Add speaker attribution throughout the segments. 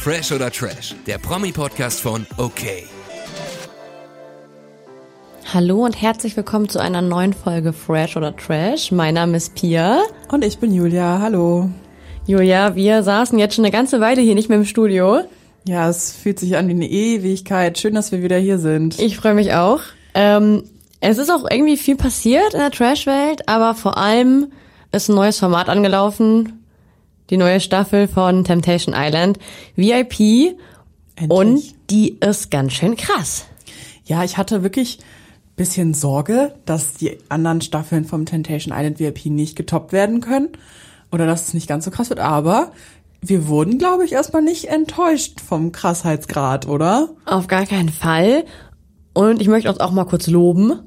Speaker 1: Fresh oder Trash, der Promi-Podcast von OK.
Speaker 2: Hallo und herzlich willkommen zu einer neuen Folge Fresh oder Trash. Mein Name ist Pia.
Speaker 3: Und ich bin Julia, hallo.
Speaker 2: Julia, wir saßen jetzt schon eine ganze Weile hier nicht mehr im Studio.
Speaker 3: Ja, es fühlt sich an wie eine Ewigkeit. Schön, dass wir wieder hier sind.
Speaker 2: Ich freue mich auch. Ähm, es ist auch irgendwie viel passiert in der Trash-Welt, aber vor allem ist ein neues Format angelaufen. Die neue Staffel von Temptation Island, VIP.
Speaker 3: Endlich.
Speaker 2: Und die ist ganz schön krass.
Speaker 3: Ja, ich hatte wirklich ein bisschen Sorge, dass die anderen Staffeln vom Temptation Island VIP nicht getoppt werden können oder dass es nicht ganz so krass wird, aber wir wurden, glaube ich, erstmal nicht enttäuscht vom Krassheitsgrad, oder?
Speaker 2: Auf gar keinen Fall. Und ich möchte uns auch mal kurz loben.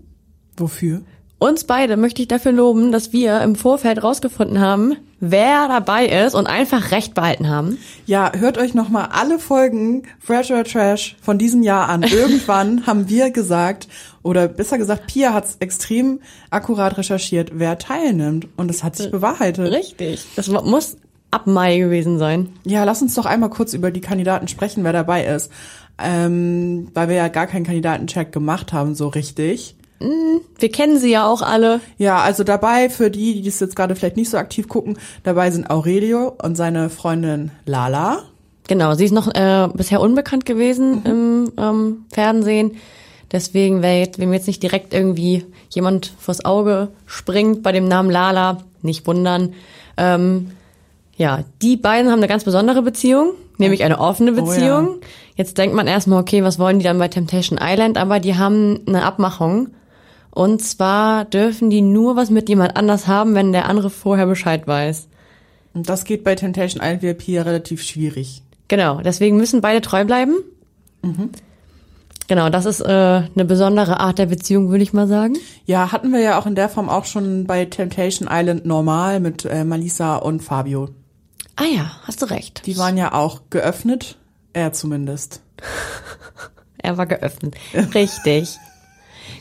Speaker 3: Wofür?
Speaker 2: Uns beide möchte ich dafür loben, dass wir im Vorfeld rausgefunden haben, wer dabei ist und einfach Recht behalten haben.
Speaker 3: Ja, hört euch nochmal alle Folgen Fresh or Trash von diesem Jahr an. Irgendwann haben wir gesagt, oder besser gesagt, Pia hat es extrem akkurat recherchiert, wer teilnimmt. Und es hat sich bewahrheitet.
Speaker 2: Richtig. Das mu- muss ab Mai gewesen sein.
Speaker 3: Ja, lass uns doch einmal kurz über die Kandidaten sprechen, wer dabei ist. Ähm, weil wir ja gar keinen Kandidatencheck gemacht haben, so richtig.
Speaker 2: Wir kennen sie ja auch alle.
Speaker 3: Ja, also dabei, für die, die es jetzt gerade vielleicht nicht so aktiv gucken, dabei sind Aurelio und seine Freundin Lala.
Speaker 2: Genau, sie ist noch äh, bisher unbekannt
Speaker 3: Mhm.
Speaker 2: gewesen im ähm, Fernsehen. Deswegen, wer jetzt, wem jetzt nicht direkt irgendwie jemand vors Auge springt bei dem Namen Lala, nicht wundern. Ähm, ja, die beiden haben eine ganz besondere Beziehung, nämlich eine offene
Speaker 3: ja.
Speaker 2: Beziehung. Jetzt denkt man erstmal, okay, was wollen die dann bei Temptation Island? Aber die haben eine Abmachung. Und zwar dürfen die nur was mit jemand anders haben, wenn der andere vorher Bescheid weiß.
Speaker 3: Und das geht bei Temptation Island VIP ja relativ schwierig.
Speaker 2: Genau, deswegen müssen beide treu bleiben. Mhm. Genau, das ist äh, eine besondere Art der Beziehung, würde ich mal sagen.
Speaker 3: Ja, hatten wir ja auch in der Form auch schon bei Temptation Island normal mit äh, Malisa und Fabio.
Speaker 2: Ah ja, hast du recht.
Speaker 3: Die waren ja auch geöffnet, er zumindest.
Speaker 2: Er war geöffnet. Richtig.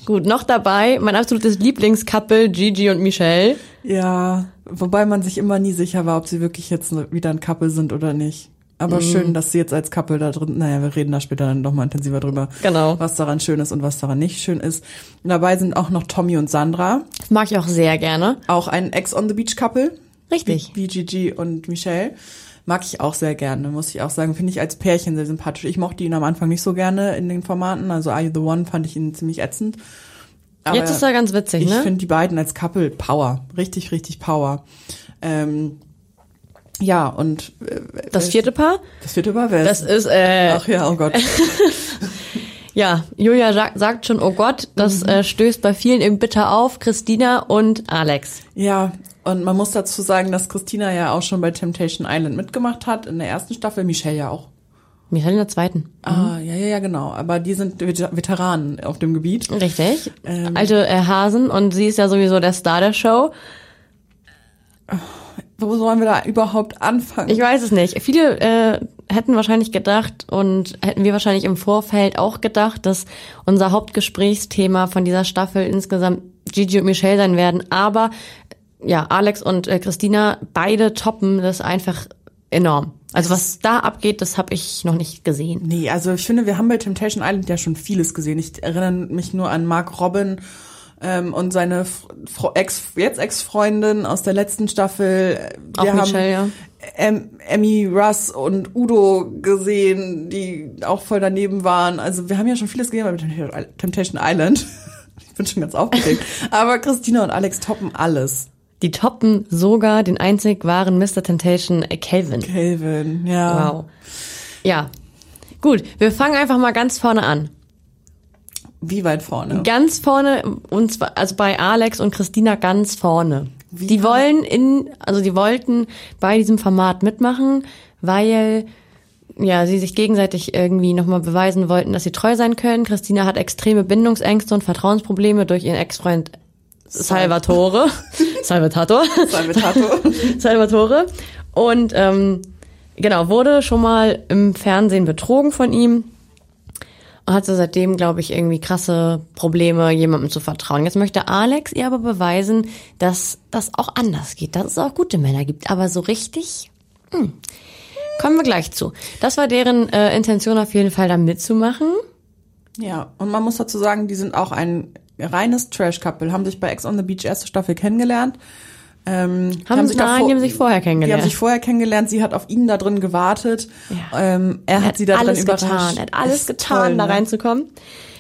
Speaker 2: Gut, noch dabei mein absolutes Lieblingscouple Gigi und Michelle.
Speaker 3: Ja, wobei man sich immer nie sicher war, ob sie wirklich jetzt wieder ein Couple sind oder nicht. Aber schön, dass sie jetzt als Couple da drin, naja, wir reden da später dann nochmal intensiver drüber.
Speaker 2: Genau.
Speaker 3: Was daran schön ist und was daran nicht schön ist. Und dabei sind auch noch Tommy und Sandra,
Speaker 2: Das mag ich auch sehr gerne.
Speaker 3: auch ein Ex-on-the-Beach-Couple.
Speaker 2: Richtig.
Speaker 3: Wie Gigi und Michelle. Mag ich auch sehr gerne, muss ich auch sagen. Finde ich als Pärchen sehr sympathisch. Ich mochte ihn am Anfang nicht so gerne in den Formaten. Also Are You the One fand ich ihn ziemlich ätzend. Aber
Speaker 2: Jetzt ist er ganz witzig,
Speaker 3: ich
Speaker 2: ne?
Speaker 3: finde die beiden als Couple Power. Richtig, richtig Power. Ähm, ja, und äh,
Speaker 2: Das vierte Paar,
Speaker 3: das vierte war wer?
Speaker 2: das ist äh,
Speaker 3: Ach ja, oh Gott.
Speaker 2: ja, Julia sa- sagt schon, oh Gott, das äh, stößt bei vielen eben bitter auf, Christina und Alex.
Speaker 3: Ja, und man muss dazu sagen, dass Christina ja auch schon bei Temptation Island mitgemacht hat, in der ersten Staffel, Michelle ja auch.
Speaker 2: Mhm. Michelle in der zweiten.
Speaker 3: Ah, ja, ja, ja, genau. Aber die sind Vet- Veteranen auf dem Gebiet.
Speaker 2: Richtig. Alte äh, Hasen und sie ist ja sowieso der Star der Show.
Speaker 3: Wo sollen wir da überhaupt anfangen?
Speaker 2: Ich weiß es nicht. Viele äh, hätten wahrscheinlich gedacht und hätten wir wahrscheinlich im Vorfeld auch gedacht, dass unser Hauptgesprächsthema von dieser Staffel insgesamt Gigi und Michelle sein werden. Aber ja, Alex und äh, Christina, beide toppen das einfach enorm. Also was da abgeht, das habe ich noch nicht gesehen.
Speaker 3: Nee, also ich finde, wir haben bei Temptation Island ja schon vieles gesehen. Ich erinnere mich nur an Mark Robin ähm, und seine F- Fro- Ex, jetzt Ex-Freundin aus der letzten Staffel.
Speaker 2: Auch
Speaker 3: Wir
Speaker 2: Michelle, ja.
Speaker 3: haben Em, Emmy, Russ und Udo gesehen, die auch voll daneben waren. Also wir haben ja schon vieles gesehen bei Temptation I- Temptation Island. Ich bin schon ganz aufgeregt. Aber Christina und Alex toppen alles.
Speaker 2: Die toppen sogar den einzig wahren Mr. Temptation äh, Calvin.
Speaker 3: Calvin, ja.
Speaker 2: Wow. Ja. Gut, wir fangen einfach mal ganz vorne an.
Speaker 3: Wie weit vorne?
Speaker 2: Ganz vorne, und zwar, also bei Alex und Christina ganz vorne. die wollen in, also die wollten bei diesem Format mitmachen, weil ja, sie sich gegenseitig irgendwie nochmal beweisen wollten, dass sie treu sein können. Christina hat extreme Bindungsängste und Vertrauensprobleme durch ihren Ex-Freund Salvatore. Salvatator.
Speaker 3: Sein mit Tattoo.
Speaker 2: Salvatore. Und ähm, genau, wurde schon mal im Fernsehen betrogen von ihm. Und hatte seitdem, glaube ich, irgendwie krasse Probleme, jemandem zu vertrauen. Jetzt möchte Alex ihr aber beweisen, dass das auch anders geht, dass es auch gute Männer gibt. Aber so richtig, hm, Kommen wir gleich zu. Das war deren äh, Intention auf jeden Fall, da mitzumachen.
Speaker 3: Ja, und man muss dazu sagen, die sind auch ein reines Trash-Couple, haben sich bei Ex on the Beach erste Staffel kennengelernt. Ähm, die
Speaker 2: Haben, sie
Speaker 3: da
Speaker 2: nein,
Speaker 3: vor-
Speaker 2: die haben sich vorher
Speaker 3: Die haben
Speaker 2: kennengelernt.
Speaker 3: sich vorher kennengelernt, sie hat auf ihn da drin gewartet.
Speaker 2: Ja.
Speaker 3: Ähm, er, hat sie da drin
Speaker 2: alles
Speaker 3: überrascht.
Speaker 2: getan. Er hat alles
Speaker 3: Ist
Speaker 2: getan,
Speaker 3: toll,
Speaker 2: da
Speaker 3: ne?
Speaker 2: reinzukommen.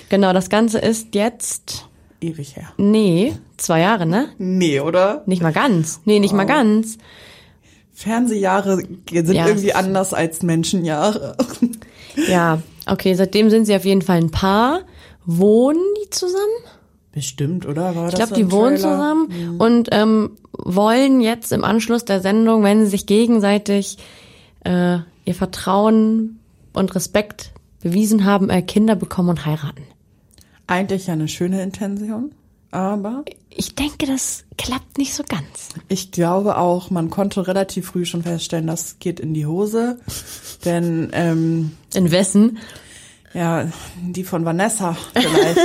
Speaker 2: Genau, das Ganze ist jetzt,
Speaker 3: Ewig her.
Speaker 2: nee, zwei Jahre, ne?
Speaker 3: Nee, oder?
Speaker 2: Nicht mal ganz. Nee, nicht mal ganz.
Speaker 3: Fernsehjahre sind
Speaker 2: Ja.
Speaker 3: irgendwie anders als Menschenjahre.
Speaker 2: Ja, okay, seitdem sind sie auf jeden Fall ein Paar. Wohnen die zusammen?
Speaker 3: Bestimmt, oder? War
Speaker 2: Ich glaube, die wohnen zusammen und ähm, wollen jetzt im Anschluss der Sendung, wenn sie sich gegenseitig äh, ihr Vertrauen und Respekt bewiesen haben, äh, Kinder bekommen und heiraten.
Speaker 3: Eigentlich ja eine schöne Intention, aber
Speaker 2: Ich denke, das klappt nicht so ganz.
Speaker 3: ich glaube auch, man konnte relativ früh schon feststellen, das geht in die Hose. Denn ähm,
Speaker 2: In wessen?
Speaker 3: Ja, die von Vanessa vielleicht.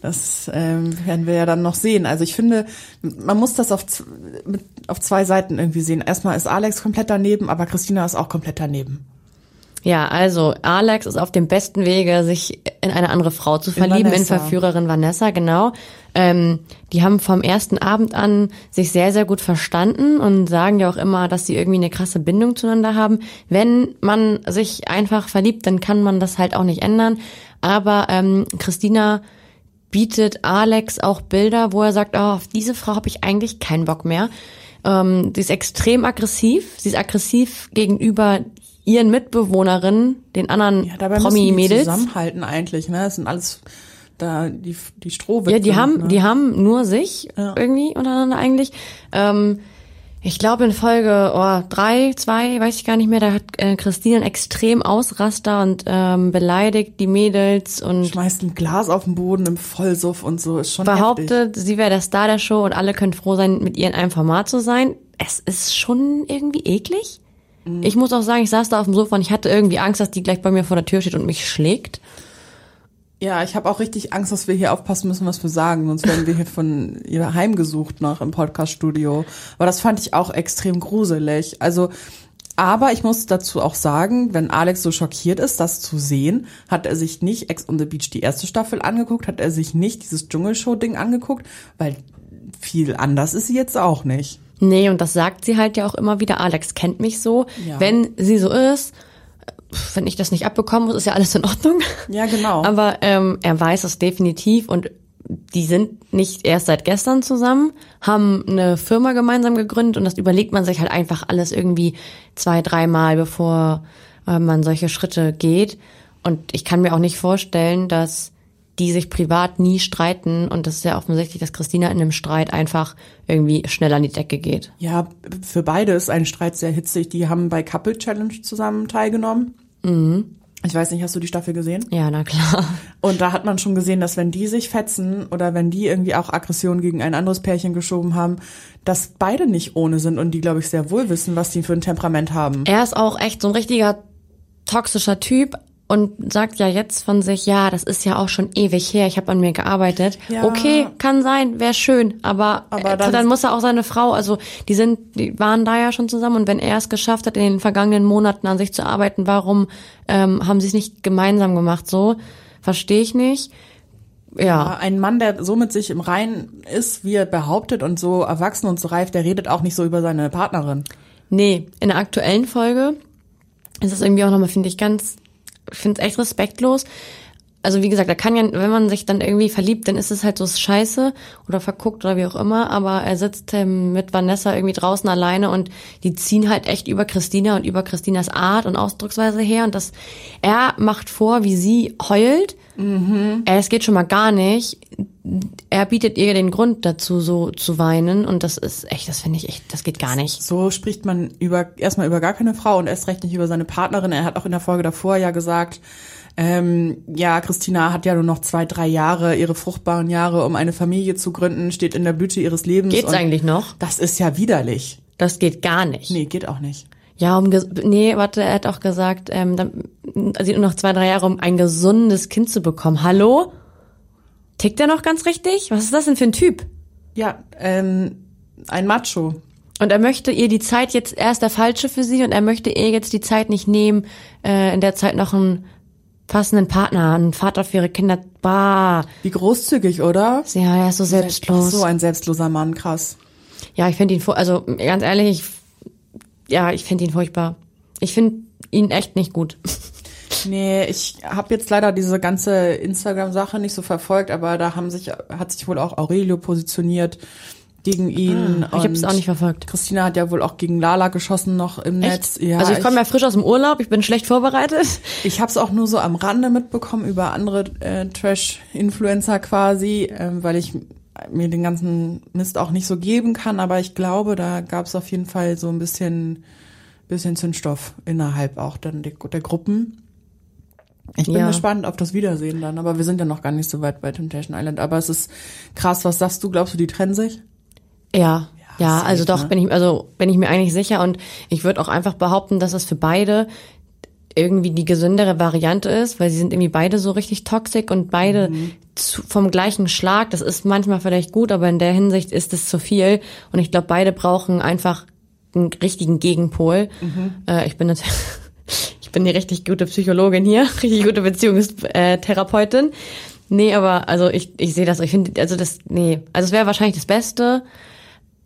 Speaker 3: das ähm, werden wir ja dann noch sehen. Also ich finde, man muss das auf, z- mit, auf zwei Seiten irgendwie sehen. Erstmal ist Alex komplett daneben, aber Christina ist auch komplett daneben.
Speaker 2: Ja, also Alex ist auf dem besten Wege, sich in eine andere Frau zu verlieben, in,
Speaker 3: Vanessa.
Speaker 2: Verführerin Vanessa, genau. Ähm, die haben vom ersten Abend an sich sehr, sehr gut verstanden und sagen ja auch immer, dass sie irgendwie eine krasse Bindung zueinander haben. Wenn man sich einfach verliebt, dann kann man das halt auch nicht ändern. Aber ähm, Christina bietet Alex auch Bilder, wo er sagt, oh, auf diese Frau habe ich eigentlich keinen Bock mehr. Ähm, sie ist extrem aggressiv. Sie ist aggressiv gegenüber ihren Mitbewohnerinnen, den anderen
Speaker 3: Ja, dabei müssen die
Speaker 2: Promi-Mädels.
Speaker 3: zusammenhalten eigentlich. Ne, das sind alles da die die Strohwitze.
Speaker 2: Ja, die haben,
Speaker 3: ne?
Speaker 2: die haben nur sich
Speaker 3: Ja.
Speaker 2: irgendwie untereinander eigentlich. Ähm, ich glaube in Folge oh, drei, zwei, weiß ich gar nicht mehr, da hat äh, Christine einen extrem Ausraster und ähm, beleidigt die Mädels und
Speaker 3: schmeißt ein Glas auf den Boden im Vollsuff und so ist schon heftig.
Speaker 2: behauptet, sie wäre der Star der Show und alle können froh sein, mit ihr in einem Format zu sein. Es ist schon irgendwie eklig.
Speaker 3: Mhm.
Speaker 2: Ich muss auch sagen, ich saß da auf dem Sofa und ich hatte irgendwie Angst, dass die gleich bei mir vor der Tür steht und mich schlägt.
Speaker 3: Ja, ich habe auch richtig Angst, dass wir hier aufpassen müssen, was wir sagen, sonst werden wir hier von ihr heimgesucht nach im Podcaststudio. Aber das fand ich auch extrem gruselig. Also, aber ich muss dazu auch sagen, wenn Alex so schockiert ist, das zu sehen, hat er sich nicht Ex on the Beach die erste Staffel angeguckt, hat er sich nicht dieses Dschungelshow-Ding angeguckt, weil viel anders ist sie jetzt auch nicht.
Speaker 2: Nee, und das sagt sie halt ja auch immer wieder. Alex kennt mich so.
Speaker 3: Ja.
Speaker 2: Wenn sie so ist, pf, wenn ich das nicht abbekommen muss, ist ja alles in Ordnung.
Speaker 3: Ja, genau.
Speaker 2: Aber ähm, er weiß es definitiv und die sind nicht erst seit gestern zusammen, haben eine Firma gemeinsam gegründet und das überlegt man sich halt einfach alles irgendwie zwei, dreimal, bevor äh, man solche Schritte geht. Und ich kann mir auch nicht vorstellen, dass die sich privat nie streiten und das ist ja offensichtlich, dass Christina in einem Streit einfach irgendwie schnell an die Decke geht.
Speaker 3: Ja, für beide ist ein Streit sehr hitzig. Die haben bei Couple Challenge zusammen teilgenommen. Ich weiß nicht, hast du die Staffel gesehen?
Speaker 2: Ja, na klar.
Speaker 3: Und da hat man schon gesehen, dass wenn die sich fetzen oder wenn die irgendwie auch Aggression gegen ein anderes Pärchen geschoben haben, dass beide nicht ohne sind und die, glaube ich, sehr wohl wissen, was die für ein Temperament haben.
Speaker 2: Er ist auch echt so ein richtiger toxischer Typ und sagt ja jetzt von sich, ja, das ist ja auch schon ewig her, ich habe an mir gearbeitet.
Speaker 3: Ja.
Speaker 2: Okay, kann sein, wäre schön, aber,
Speaker 3: Aber
Speaker 2: äh,
Speaker 3: dann-
Speaker 2: dann, muss er auch seine Frau, also die sind, die waren da ja schon zusammen und wenn er es geschafft hat, in den vergangenen Monaten an sich zu arbeiten, warum ähm, haben sie es nicht gemeinsam gemacht? So, verstehe ich nicht. Ja,
Speaker 3: Ein Mann, der so mit sich im Reinen ist, wie er behauptet und so erwachsen und so reif, der redet auch nicht so über seine Partnerin.
Speaker 2: nee, in der aktuellen Folge ist das irgendwie auch nochmal, finde ich, ganz, ich finde es echt respektlos. Also wie gesagt, da kann ja, wenn man sich dann irgendwie verliebt, dann ist es halt so scheiße oder verguckt oder wie auch immer, aber er sitzt ähm, mit Vanessa irgendwie draußen alleine und die ziehen halt echt über Christina und über Christinas Art und Ausdrucksweise her und das, er macht vor, wie sie heult. Äh, Es geht schon mal gar nicht. Er bietet ihr den Grund dazu, so zu weinen und das ist echt, das finde ich echt, das geht gar nicht.
Speaker 3: So spricht man über erstmal über gar keine Frau und erst recht nicht über seine Partnerin. Er hat auch in der Folge davor ja gesagt, ähm, ja, Christina hat ja nur noch zwei, drei Jahre, ihre fruchtbaren Jahre, um eine Familie zu gründen, steht in der Blüte ihres Lebens.
Speaker 2: Geht's
Speaker 3: und
Speaker 2: eigentlich noch?
Speaker 3: Das ist ja widerlich.
Speaker 2: Das geht gar nicht.
Speaker 3: Nee, geht auch nicht.
Speaker 2: Ja, um ges- nee, warte, er hat auch gesagt, ähm, dann, also nur noch zwei, drei Jahre, um ein gesundes Kind zu bekommen. Hallo? Tickt er noch ganz richtig? Was ist das denn für ein Typ?
Speaker 3: Ja, ähm, ein Macho.
Speaker 2: Und er möchte ihr die Zeit jetzt, er ist der Falsche für sie und er möchte ihr jetzt die Zeit nicht nehmen, äh, in der Zeit noch einen passenden Partner, einen Vater für ihre Kinder. Bah.
Speaker 3: Wie großzügig, oder?
Speaker 2: Ja, er ist so selbstlos.
Speaker 3: So ein selbstloser Mann, krass.
Speaker 2: Ja, ich finde ihn, fu- also ganz ehrlich, ich, ja, ich finde ihn furchtbar. Ich finde ihn echt nicht gut.
Speaker 3: Nee, ich habe jetzt leider diese ganze Instagram-Sache nicht so verfolgt, aber da haben sich, hat sich wohl auch Aurelio positioniert gegen ihn.
Speaker 2: Ah, ich hab's
Speaker 3: und
Speaker 2: auch nicht verfolgt.
Speaker 3: Christina hat ja wohl auch gegen Lala geschossen noch im Netz. Ja,
Speaker 2: also ich komme ja frisch aus dem Urlaub, ich bin schlecht vorbereitet.
Speaker 3: Ich habe es auch nur so am Rande mitbekommen über andere äh, Trash-Influencer quasi, ähm, weil ich mir den ganzen Mist auch nicht so geben kann. Aber ich glaube, da gab es auf jeden Fall so ein bisschen, bisschen Zündstoff innerhalb auch dann der, der Gruppen. Ich bin
Speaker 2: Ja.
Speaker 3: gespannt auf das Wiedersehen dann. Aber wir sind ja noch gar nicht so weit bei Temptation Island. Aber es ist krass, was sagst du? Glaubst du, die trennen sich?
Speaker 2: Ja,
Speaker 3: Ja,
Speaker 2: ja,
Speaker 3: safe,
Speaker 2: also doch
Speaker 3: ne?
Speaker 2: bin ich also bin ich mir eigentlich sicher und ich würde auch einfach behaupten, dass es für beide irgendwie die gesündere Variante ist, weil sie sind irgendwie beide so richtig toxisch und beide
Speaker 3: Mhm.
Speaker 2: zu, vom gleichen Schlag. Das ist manchmal vielleicht gut, aber in der Hinsicht ist es zu viel und ich glaube, beide brauchen einfach einen richtigen Gegenpol.
Speaker 3: Mhm.
Speaker 2: Äh, ich bin natürlich ich bin die richtig gute Psychologin hier, richtig gute Beziehungstherapeutin. Nee, aber also ich, ich sehe das, ich finde, also das, nee, also es wäre wahrscheinlich das Beste.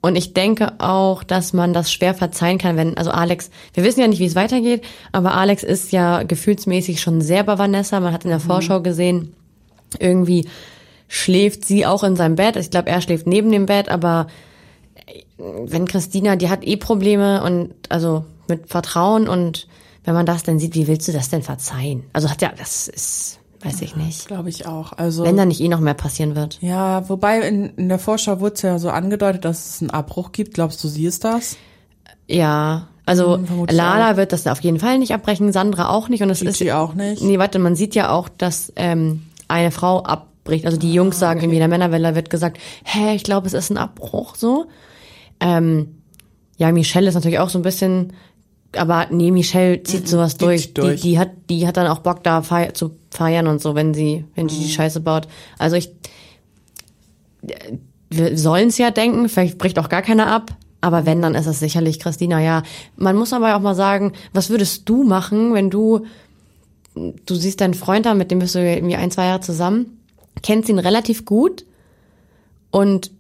Speaker 2: Und ich denke auch, dass man das schwer verzeihen kann, wenn, also Alex, wir wissen ja nicht, wie es weitergeht, aber Alex ist ja gefühlsmäßig schon sehr bei Vanessa. Man hat in der Vorschau gesehen, irgendwie schläft sie auch in seinem Bett. Ich glaube, er schläft neben dem Bett, aber äh, wenn Christina, die hat eh Probleme und also mit Vertrauen und wenn man das dann sieht, wie willst du das denn verzeihen? Also hat ja, das ist, weiß ich nicht.
Speaker 3: Glaube ich auch. Also
Speaker 2: Wenn da nicht eh noch mehr passieren wird.
Speaker 3: ja, wobei in, in der Vorschau wurde es ja so angedeutet, dass es einen Abbruch gibt. Glaubst du, sie ist das?
Speaker 2: Ja, also
Speaker 3: Hm, vermutlich
Speaker 2: Lala wird das auf jeden Fall nicht abbrechen, Sandra auch nicht und es ist
Speaker 3: Gigi auch nicht.
Speaker 2: Nee, warte, man sieht ja auch, dass ähm, eine Frau abbricht. Also
Speaker 3: Ah,
Speaker 2: die Jungs sagen irgendwie in der Männerwelle wird gesagt, hä, ich glaube, es ist ein Abbruch so. Ähm, ja, Michelle ist natürlich auch so ein bisschen, aber nee, Michelle zieht sowas durch.
Speaker 3: durch.
Speaker 2: Die, die hat, die hat dann auch Bock da fei zu feiern und so, wenn sie, wenn sie die Scheiße baut. Also ich, wir sollen es ja denken, vielleicht bricht auch gar keiner ab. Aber wenn, dann ist es sicherlich Christina, ja. Man muss aber auch mal sagen, was würdest du machen, wenn du, du siehst deinen Freund da, mit dem bist du ja irgendwie ein, zwei Jahre zusammen, kennst ihn relativ gut und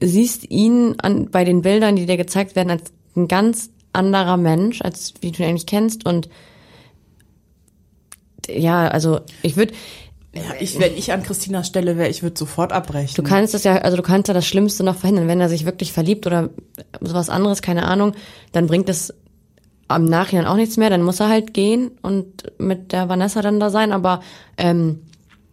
Speaker 2: siehst ihn an, bei den Bildern, die dir gezeigt werden, als ein ganz anderer Mensch, als wie du ihn eigentlich kennst und ja, also ich würde,
Speaker 3: Ja, ich, wenn ich an Christinas Stelle wäre, ich würde sofort abbrechen.
Speaker 2: Du kannst das ja, also du kannst ja das Schlimmste noch verhindern. Wenn er sich wirklich verliebt oder sowas anderes, keine Ahnung, dann bringt es am Nachhinein auch nichts mehr. Dann muss er halt gehen und mit der Vanessa dann da sein. Aber ähm,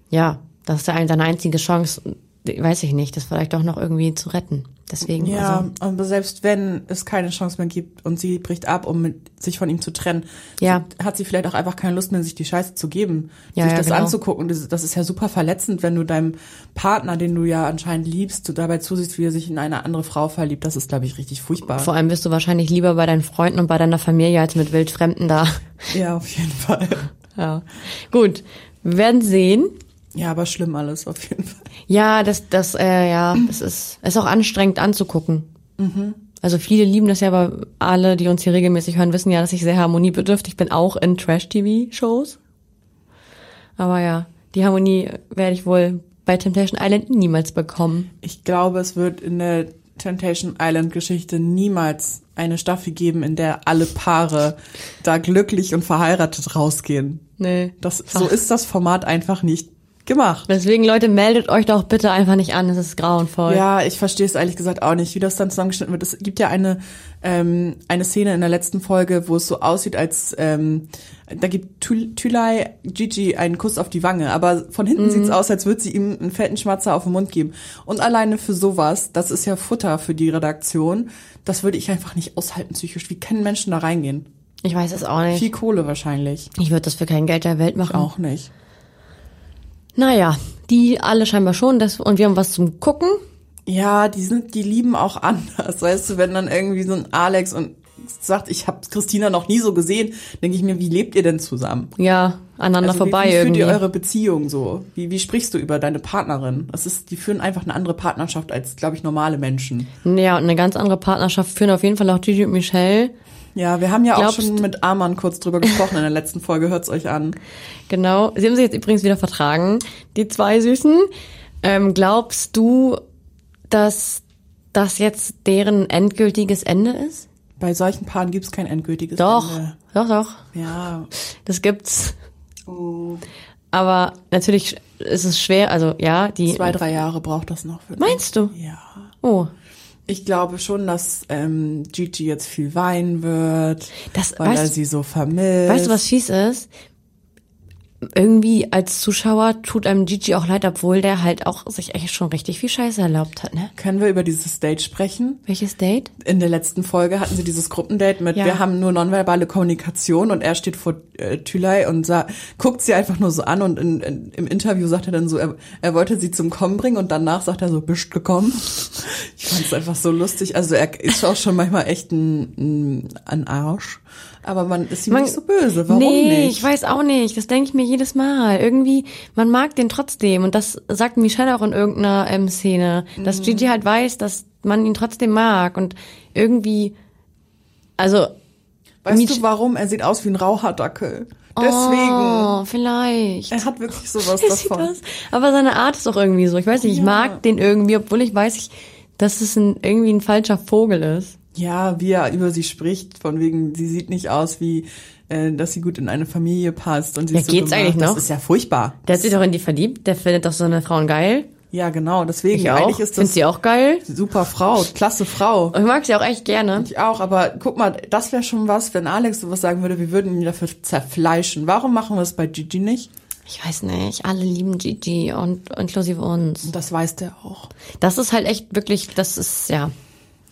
Speaker 2: ja, das ist ja ein- seine einzige Chance, die- weiß ich nicht, das vielleicht auch noch irgendwie zu retten. Deswegen,
Speaker 3: ja,
Speaker 2: also,
Speaker 3: aber selbst wenn es keine Chance mehr gibt und sie bricht ab, um mit, sich von ihm zu trennen,
Speaker 2: Ja.
Speaker 3: sie- hat sie vielleicht auch einfach keine Lust mehr, sich die Scheiße zu geben,
Speaker 2: Ja,
Speaker 3: sich
Speaker 2: ja,
Speaker 3: das
Speaker 2: genau.
Speaker 3: anzugucken. Das, das ist ja super verletzend, wenn du deinem Partner, den du ja anscheinend liebst, du dabei zusiehst, wie er sich in eine andere Frau verliebt. Das ist, glaube ich, richtig furchtbar.
Speaker 2: vor allem bist du wahrscheinlich lieber bei deinen Freunden und bei deiner Familie als mit Wildfremden da.
Speaker 3: ja, auf jeden Fall.
Speaker 2: ja. Gut, wir werden sehen.
Speaker 3: Ja, aber schlimm alles, auf jeden Fall.
Speaker 2: Ja, das, das, äh, ja, es ist, ist auch anstrengend anzugucken.
Speaker 3: Mhm.
Speaker 2: Also viele lieben das ja, aber alle, die uns hier regelmäßig hören, wissen ja, dass ich sehr harmoniebedürftig bin, auch in Trash-TV-Shows. Aber ja, die Harmonie werde ich wohl bei Temptation Island niemals bekommen.
Speaker 3: Ich glaube, es wird in der Temptation Island Geschichte niemals eine Staffel geben, in der alle Paare da glücklich und verheiratet rausgehen.
Speaker 2: Nee.
Speaker 3: Das, so ist das Format einfach nicht gemacht.
Speaker 2: Deswegen, Leute, meldet euch doch bitte einfach nicht an, es ist grauenvoll.
Speaker 3: Ja, ich verstehe es ehrlich gesagt auch nicht, wie das dann zusammengeschnitten wird. Es gibt ja eine, ähm, eine Szene in der letzten Folge, wo es so aussieht, als ähm, da gibt Tül- Tülay Gigi einen Kuss auf die Wange, aber von hinten sieht's aus, als würde sie ihm einen fetten Schmatzer auf den Mund geben. Und alleine für sowas, das ist ja Futter für die Redaktion, das würde ich einfach nicht aushalten psychisch. Wie können Menschen da reingehen?
Speaker 2: Ich weiß es auch
Speaker 3: Viel
Speaker 2: nicht.
Speaker 3: Kohle wahrscheinlich.
Speaker 2: Ich würde das für kein Geld der Welt machen.
Speaker 3: Auch nicht.
Speaker 2: Naja, die alle scheinbar schon. Das, und wir haben was zum Gucken.
Speaker 3: Ja, die sind, die lieben auch anders. Weißt du, wenn dann irgendwie so ein Alex und sitzt, sagt, ich habe Christina noch nie so gesehen, denke ich mir, wie lebt ihr denn zusammen?
Speaker 2: Ja, aneinander
Speaker 3: Also
Speaker 2: vorbei
Speaker 3: wie, wie führt
Speaker 2: irgendwie.
Speaker 3: ihr eure Beziehung so? Wie, wie sprichst du über deine Partnerin? Es ist, die führen einfach eine andere Partnerschaft als, glaube ich, normale Menschen.
Speaker 2: ja, und eine ganz andere Partnerschaft führen auf jeden Fall auch Gigi und Michelle.
Speaker 3: Ja, wir haben ja auch
Speaker 2: Glaubst-
Speaker 3: schon mit Arman kurz drüber gesprochen in der letzten Folge. Hört's euch an.
Speaker 2: Genau. Sie haben sich jetzt übrigens wieder vertragen, die zwei Süßen. Ähm, glaubst du, dass das jetzt deren endgültiges Ende ist?
Speaker 3: Bei solchen Paaren gibt's kein endgültiges
Speaker 2: Doch,
Speaker 3: Ende.
Speaker 2: doch, doch.
Speaker 3: Ja. Oh,
Speaker 2: Das gibt's. Aber natürlich ist es schwer. Also ja, die.
Speaker 3: Zwei, drei Jahre braucht das noch. Für
Speaker 2: Meinst du?
Speaker 3: Ja.
Speaker 2: Oh,
Speaker 3: Ich glaube schon, dass ähm, Gigi jetzt viel weinen wird,
Speaker 2: Das-
Speaker 3: weil
Speaker 2: weißt
Speaker 3: er
Speaker 2: du-
Speaker 3: sie so vermisst.
Speaker 2: Weißt du, was fies ist? Irgendwie als Zuschauer tut einem Gigi auch leid, obwohl der halt auch sich echt schon richtig viel Scheiße erlaubt hat, ne?
Speaker 3: Können wir über dieses Date sprechen?
Speaker 2: Welches Date?
Speaker 3: In der letzten Folge hatten sie dieses Gruppendate mit
Speaker 2: Ja.
Speaker 3: Wir haben nur nonverbale Kommunikation und er steht vor äh, Thülei und sa- guckt sie einfach nur so an und in, in, im Interview sagt er dann so, er, er wollte sie zum Kommen bringen und danach sagt er so, bist gekommen. Ich fand's einfach so lustig. Also er ist auch schon manchmal echt ein, ein, ein Arsch. Aber man ist ihm
Speaker 2: Man-
Speaker 3: nicht so böse. Warum
Speaker 2: nee,
Speaker 3: nicht?
Speaker 2: ich weiß auch nicht. Das denke ich mir jedes Mal. Irgendwie, man mag den trotzdem. Und das sagt Michelle auch in irgendeiner ähm, Szene, dass
Speaker 3: Mhm.
Speaker 2: Gigi halt weiß, dass man ihn trotzdem mag. Und irgendwie, also,
Speaker 3: Weißt
Speaker 2: Mich-
Speaker 3: du warum? Er sieht aus wie ein Rauhardackel. Deswegen.
Speaker 2: oh, vielleicht.
Speaker 3: Er hat wirklich sowas
Speaker 2: Er sieht
Speaker 3: davon.
Speaker 2: aus. Aber seine Art ist auch irgendwie so. Ich weiß nicht, ich
Speaker 3: Ja.
Speaker 2: mag den irgendwie, obwohl ich weiß, ich, dass es ein, irgendwie ein falscher Vogel ist.
Speaker 3: Ja, wie er über sie spricht, von wegen, sie sieht nicht aus wie, äh, dass sie gut in eine Familie passt und sie
Speaker 2: Ja,
Speaker 3: ist so
Speaker 2: geht's
Speaker 3: gemacht.
Speaker 2: eigentlich noch?
Speaker 3: Das ist ja furchtbar.
Speaker 2: Der hat sich doch in die verliebt, der findet doch so eine Frauen geil.
Speaker 3: Ja, genau. Deswegen
Speaker 2: Ich
Speaker 3: eigentlich
Speaker 2: auch.
Speaker 3: ist
Speaker 2: Find
Speaker 3: das
Speaker 2: sie auch geil.
Speaker 3: super Frau, klasse Frau.
Speaker 2: Und ich mag sie auch echt gerne.
Speaker 3: Ich auch, aber guck mal, das wäre schon was, wenn Alex sowas sagen würde, wir würden ihn dafür zerfleischen. Warum machen wir es bei Gigi nicht?
Speaker 2: Ich weiß nicht, alle lieben Gigi und inklusive uns.
Speaker 3: Und das weiß der auch.
Speaker 2: Das ist halt echt wirklich, das ist, ja.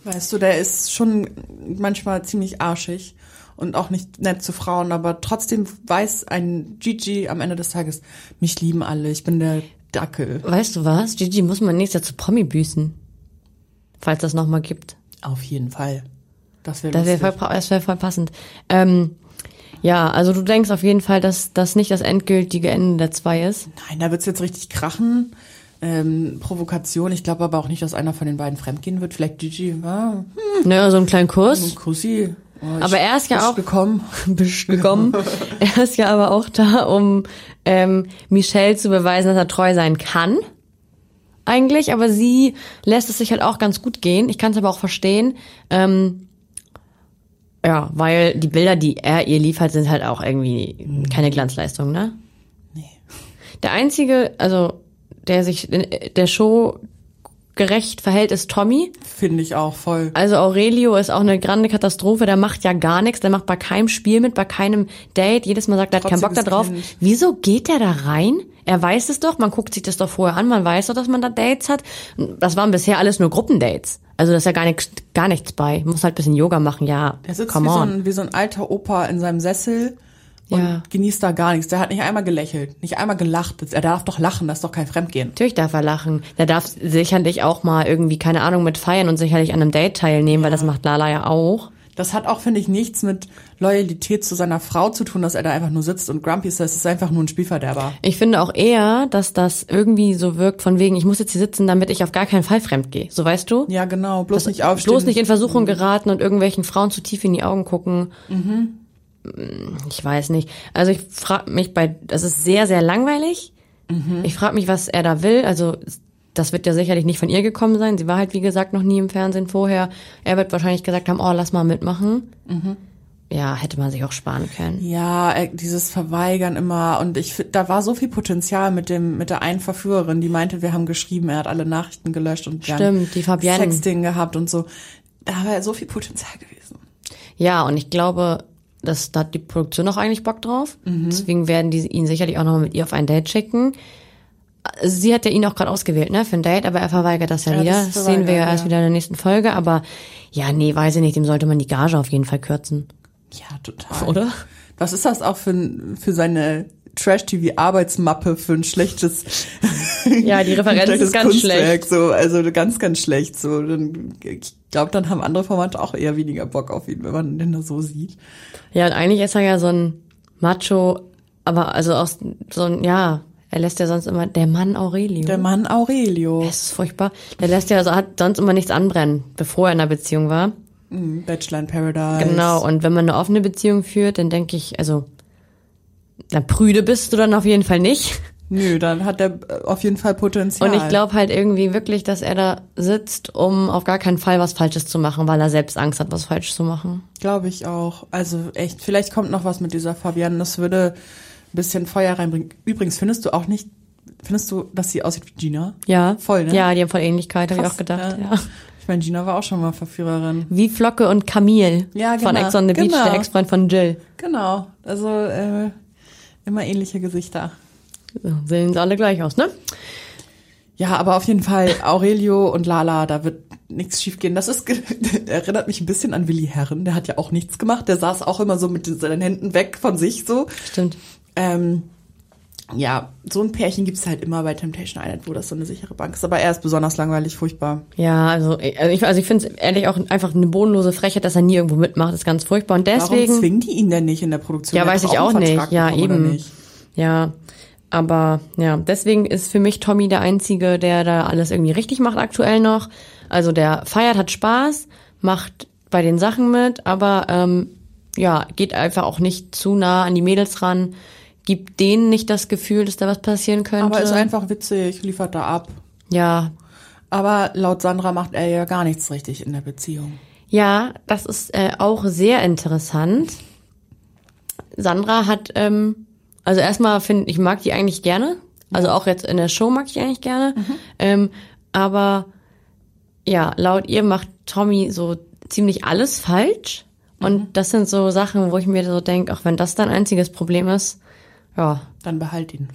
Speaker 3: Weißt du, der ist schon manchmal ziemlich arschig und auch nicht nett zu Frauen, aber trotzdem weiß ein Gigi am Ende des Tages, mich lieben alle, ich bin der Dackel.
Speaker 2: Weißt du was? Gigi muss man nächstes Jahr zu Promi büßen. Falls das nochmal gibt.
Speaker 3: Auf jeden Fall. Das wäre
Speaker 2: Das wäre
Speaker 3: lustig.
Speaker 2: voll, pa- das wär voll passend. Ähm, ja, also du denkst auf jeden Fall, dass das nicht das endgültige Ende der zwei ist.
Speaker 3: Nein, da wird's jetzt richtig krachen. Ähm, Provokation. Ich glaube aber auch nicht, dass einer von den beiden fremdgehen wird. Vielleicht Gigi, ja,
Speaker 2: Ne, so einen kleinen
Speaker 3: ein
Speaker 2: Kuss.
Speaker 3: Kussi. Oh, ich-
Speaker 2: Aber er ist ja
Speaker 3: bist
Speaker 2: auch-
Speaker 3: gekommen.
Speaker 2: Bisch gekommen. er ist ja aber auch da, um ähm, Michelle zu beweisen, dass er treu sein kann. Eigentlich, aber sie lässt es sich halt auch ganz gut gehen. Ich kann es aber auch verstehen. Ähm, ja, weil die Bilder, die er ihr liefert, sind halt auch irgendwie keine Glanzleistung, ne?
Speaker 3: Nee.
Speaker 2: Der einzige, also der sich in der Show gerecht verhält, ist Tommy.
Speaker 3: Finde ich auch voll.
Speaker 2: Also Aurelio ist auch eine grande Katastrophe, der macht ja gar nichts, der macht bei keinem Spiel mit, bei keinem Date, jedes Mal sagt er, er hat keinen Bock da
Speaker 3: Trotziges
Speaker 2: drauf.
Speaker 3: Kind.
Speaker 2: Wieso geht der da rein? Er weiß es doch, man guckt sich das doch vorher an, man weiß doch, dass man da Dates hat. Das waren bisher alles nur Gruppendates. Also da ist ja gar nichts, gar nichts bei. Muss halt ein bisschen Yoga machen, ja.
Speaker 3: Er sitzt wie
Speaker 2: Come
Speaker 3: so,
Speaker 2: on.
Speaker 3: ein, wie so ein alter Opa in seinem Sessel und
Speaker 2: Ja.
Speaker 3: genießt da gar nichts. Der hat nicht einmal gelächelt, nicht einmal gelacht. Er darf doch lachen, das ist doch kein Fremdgehen.
Speaker 2: Natürlich darf er lachen. Der darf sicherlich auch mal irgendwie, keine Ahnung, mit feiern und sicherlich an einem Date teilnehmen, weil das macht Lala ja auch.
Speaker 3: Das hat auch, finde ich, nichts mit Loyalität zu seiner Frau zu tun, dass er da einfach nur sitzt und grumpy ist. Das ist einfach nur ein Spielverderber.
Speaker 2: Ich finde auch eher, dass das irgendwie so wirkt von wegen, ich muss jetzt hier sitzen, damit ich auf gar keinen Fall fremd gehe. So weißt du?
Speaker 3: Ja, genau. Bloß nicht aufstehen.
Speaker 2: Bloß nicht in Versuchung geraten und irgendwelchen Frauen zu tief in die Augen gucken.
Speaker 3: Mhm.
Speaker 2: Hm, Ich weiß nicht. Also ich frage mich bei, das ist sehr, sehr langweilig.
Speaker 3: Mhm.
Speaker 2: Ich frage mich, was er da will. Also das wird ja sicherlich nicht von ihr gekommen sein. Sie war halt, wie gesagt, noch nie im Fernsehen vorher. Er wird wahrscheinlich gesagt haben, oh, lass mal mitmachen.
Speaker 3: Mhm.
Speaker 2: Ja, hätte man sich auch sparen können.
Speaker 3: Ja, äh, dieses Verweigern immer und ich fi- da war so viel Potenzial mit dem mit der einen Verführerin, die meinte, wir haben geschrieben, er hat alle Nachrichten gelöscht und wir haben
Speaker 2: Stimmt, die Fabienne.
Speaker 3: Sexting gehabt und so. Da war so viel Potenzial gewesen.
Speaker 2: Ja, und ich glaube, das, da hat die Produktion auch eigentlich Bock drauf. Deswegen werden die ihn sicherlich auch nochmal mit ihr auf ein Date schicken. Also Sie hat ja ihn auch gerade ausgewählt, ne, für ein Date, aber er verweigert das ja,
Speaker 3: Ja,
Speaker 2: wieder.
Speaker 3: das
Speaker 2: Das, sehen wir
Speaker 3: verweigert,
Speaker 2: ja erst
Speaker 3: ja.
Speaker 2: wieder in der nächsten Folge, aber ja, nee, weiß ich nicht, dem sollte man die Gage auf jeden Fall kürzen.
Speaker 3: Ja, total.
Speaker 2: Oder?
Speaker 3: Was ist das auch für ein- für seine Trash TV Arbeitsmappe für ein schlechtes
Speaker 2: Ja, die Referenz ist
Speaker 3: Vielleicht das
Speaker 2: ganz
Speaker 3: Kunstwerk, So, also ganz, ganz schlecht. So, dann, ich glaube, dann haben andere Formate auch eher weniger Bock auf ihn, wenn man den da so sieht.
Speaker 2: Ja, und eigentlich ist er ja so ein Macho, aber also aus so ein, ja, er lässt ja sonst immer, der Mann Aurelio.
Speaker 3: Der Mann Aurelio,
Speaker 2: Das ist furchtbar. Der lässt ja, also hat sonst immer nichts anbrennen, bevor er in einer Beziehung war.
Speaker 3: mhm, Bachelor in Paradise.
Speaker 2: Genau, und wenn man eine offene Beziehung führt, dann denke ich, also, na, prüde bist du dann auf jeden Fall nicht.
Speaker 3: Nö, dann hat er äh, auf jeden Fall Potenzial.
Speaker 2: Und ich glaube halt irgendwie wirklich, dass er da sitzt, um auf gar keinen Fall was Falsches zu machen, weil er selbst Angst hat, was falsch zu machen.
Speaker 3: Glaube ich auch. Also echt, vielleicht kommt noch was mit dieser Fabienne. Das würde ein bisschen Feuer reinbringen. Übrigens, findest du auch nicht, findest du, dass sie aussieht wie Gina?
Speaker 2: Ja.
Speaker 3: Voll, ne?
Speaker 2: Ja, die haben voll Ähnlichkeit, habe ich
Speaker 3: Krass,
Speaker 2: auch gedacht.
Speaker 3: ja.
Speaker 2: Ja.
Speaker 3: Ich meine, Gina war auch schon mal Verführerin.
Speaker 2: Wie Flocke und Camille
Speaker 3: Ja,
Speaker 2: von
Speaker 3: genau,
Speaker 2: Ex on the Beach,
Speaker 3: genau.
Speaker 2: der Ex-Freund von Jill.
Speaker 3: Genau. Also äh, immer ähnliche Gesichter.
Speaker 2: So, Sehen sie alle gleich aus, ne?
Speaker 3: Ja, aber auf jeden Fall Aurelio und Lala, da wird nichts schiefgehen. Das ist ge- erinnert mich ein bisschen an Willi Herren. Der hat ja auch nichts gemacht. Der saß auch immer so mit den- seinen Händen weg von sich so.
Speaker 2: Stimmt.
Speaker 3: Ähm, ja, so ein Pärchen gibt's halt immer bei Temptation Island, wo das so eine sichere Bank ist. Aber er ist besonders langweilig, furchtbar.
Speaker 2: Ja, also ich, also ich, also ich finde es ehrlich auch einfach eine bodenlose Frechheit, dass er nie irgendwo mitmacht. Das ist ganz furchtbar. Und deswegen.
Speaker 3: Warum zwingen die ihn denn nicht in der Produktion?
Speaker 2: Ja,
Speaker 3: Der
Speaker 2: weiß
Speaker 3: hat
Speaker 2: ich
Speaker 3: doch
Speaker 2: auch
Speaker 3: einen
Speaker 2: nicht.
Speaker 3: Vertrag
Speaker 2: Ja,
Speaker 3: bekommen, oder
Speaker 2: eben.
Speaker 3: nicht?
Speaker 2: Ja, aber ja, deswegen ist für mich Tommy der Einzige, der da alles irgendwie richtig macht aktuell noch. Also der feiert, hat Spaß, macht bei den Sachen mit, aber ähm, ja, geht einfach auch nicht zu nah an die Mädels ran, gibt denen nicht das Gefühl, dass da was passieren könnte.
Speaker 3: Aber ist einfach witzig, liefert da ab.
Speaker 2: ja,
Speaker 3: Aber laut Sandra macht er ja gar nichts richtig in der Beziehung.
Speaker 2: Ja, das ist äh, auch sehr interessant. Sandra hat, ähm, also erstmal finde ich, mag die eigentlich gerne. Also auch jetzt in der Show mag ich die eigentlich gerne. Ähm, aber ja, laut ihr macht Tommy so ziemlich alles falsch. Und das sind so Sachen, wo ich mir so denke, auch wenn das dein einziges Problem ist, ja,
Speaker 3: Dann behalt ihn.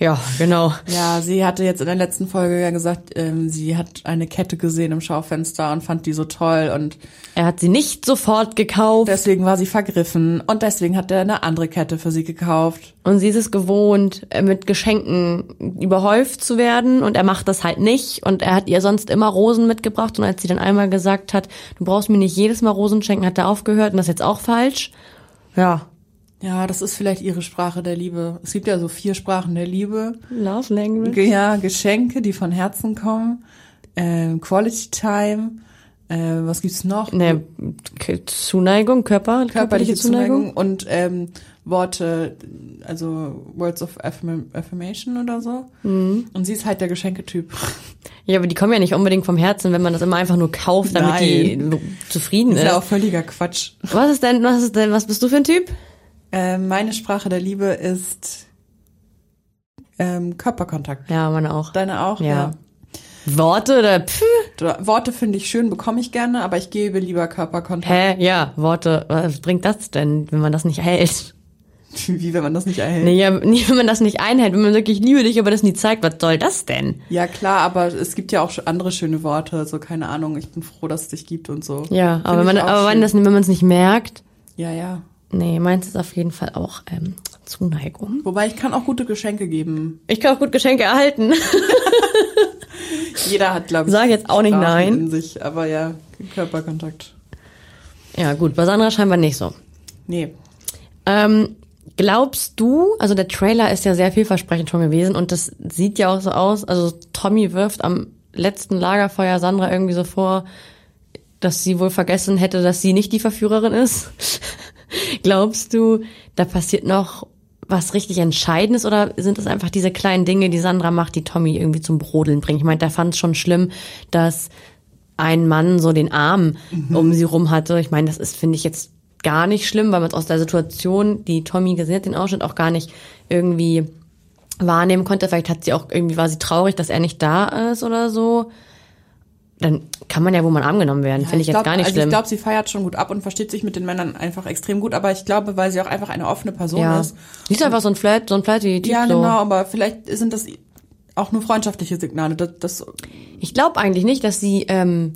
Speaker 2: ja, genau.
Speaker 3: Ja, sie hatte jetzt in der letzten Folge ja gesagt, ähm, sie hat eine Kette gesehen im Schaufenster und fand die so toll und
Speaker 2: Er hat sie nicht sofort gekauft
Speaker 3: deswegen war sie vergriffen und deswegen hat er eine andere Kette für sie gekauft.
Speaker 2: Und sie ist es gewohnt, äh, mit Geschenken überhäuft zu werden und er macht das halt nicht. Und er hat ihr sonst immer Rosen mitgebracht und als sie dann einmal gesagt hat, du brauchst mir nicht jedes Mal Rosen schenken, hat er aufgehört und das ist jetzt auch falsch. Ja.
Speaker 3: Ja, das ist vielleicht ihre Sprache der Liebe. Es gibt ja so vier Sprachen der Liebe.
Speaker 2: Love Language.
Speaker 3: Ge- Ja, Geschenke, die von Herzen kommen, ähm, Quality Time, äh, was gibt's noch?
Speaker 2: Ne, K- Zuneigung, Körper, körperliche, Zuneigung.
Speaker 3: und ähm, Worte, also Words of Affirm- Affirmation oder so.
Speaker 2: Mhm.
Speaker 3: Und sie ist halt der Geschenketyp.
Speaker 2: Ja, aber die kommen ja nicht unbedingt vom Herzen, wenn man das immer einfach nur kauft, damit die zufrieden
Speaker 3: Ist
Speaker 2: ist.
Speaker 3: ja auch Genau, völliger Quatsch.
Speaker 2: Was ist denn, was ist denn, was bist du für ein Typ?
Speaker 3: Ähm, meine Sprache der Liebe ist ähm, Körperkontakt.
Speaker 2: Ja, meine auch.
Speaker 3: Deine auch?
Speaker 2: Ja. Worte oder pff.
Speaker 3: ja. Worte finde ich schön, bekomme ich gerne, aber ich gebe lieber Körperkontakt.
Speaker 2: Hä? Ja, Worte. Was bringt das denn, wenn man das nicht hält?
Speaker 3: Wie wenn man das nicht erhält.
Speaker 2: Nee, ja, nee, wenn man das nicht einhält, wenn man wirklich liebe dich, aber das nie zeigt, was soll das denn?
Speaker 3: Ja klar, aber es gibt ja auch sch- andere schöne Worte, so keine Ahnung, ich bin froh, dass es dich gibt und so.
Speaker 2: Ja,
Speaker 3: Finde
Speaker 2: aber, wenn man,
Speaker 3: ich auch
Speaker 2: aber wenn,
Speaker 3: schön.
Speaker 2: das, wenn man es nicht merkt,
Speaker 3: Ja, ja.
Speaker 2: nee, meins ist auf jeden Fall auch ähm, Zuneigung.
Speaker 3: Wobei ich kann auch gute Geschenke geben.
Speaker 2: Ich kann auch gut Geschenke erhalten.
Speaker 3: Jeder hat, glaube ich,
Speaker 2: Sag jetzt auch nicht
Speaker 3: Sprachen
Speaker 2: nein.
Speaker 3: in sich, aber ja, Körperkontakt.
Speaker 2: Ja, gut, bei Sandra scheinbar nicht so.
Speaker 3: Nee.
Speaker 2: Ähm, glaubst du, also der Trailer ist ja sehr vielversprechend schon gewesen und das sieht ja auch so aus, also Tommy wirft am letzten Lagerfeuer Sandra irgendwie so vor, dass sie wohl vergessen hätte, dass sie nicht die Verführerin ist. glaubst du, da passiert noch was richtig Entscheidendes oder sind es einfach diese kleinen Dinge, die Sandra macht, die Tommy irgendwie zum Brodeln bringen? Ich meine, der fand es schon schlimm, dass ein Mann so den Arm um sie rum hatte. Ich meine, das ist, finde ich, jetzt gar nicht schlimm, weil man es aus der Situation, die Tommy gesehen hat, den Ausschnitt auch gar nicht irgendwie wahrnehmen konnte. Vielleicht hat sie auch irgendwie, war sie traurig, dass er nicht da ist oder so. Dann kann man ja wohl mal in den Arm genommen werden. Finde ich,
Speaker 3: glaub,
Speaker 2: jetzt gar nicht
Speaker 3: also
Speaker 2: schlimm.
Speaker 3: Ich glaube, sie feiert schon gut ab und versteht sich mit den Männern einfach extrem gut, aber ich glaube, weil sie auch einfach eine offene Person
Speaker 2: ja.
Speaker 3: ist.
Speaker 2: Sie ist einfach so ein Flirt, so ein flirty Typ.
Speaker 3: Ja,
Speaker 2: so.
Speaker 3: genau, aber vielleicht sind das auch nur freundschaftliche Signale. Das, das
Speaker 2: Ich glaube eigentlich nicht, dass sie ähm,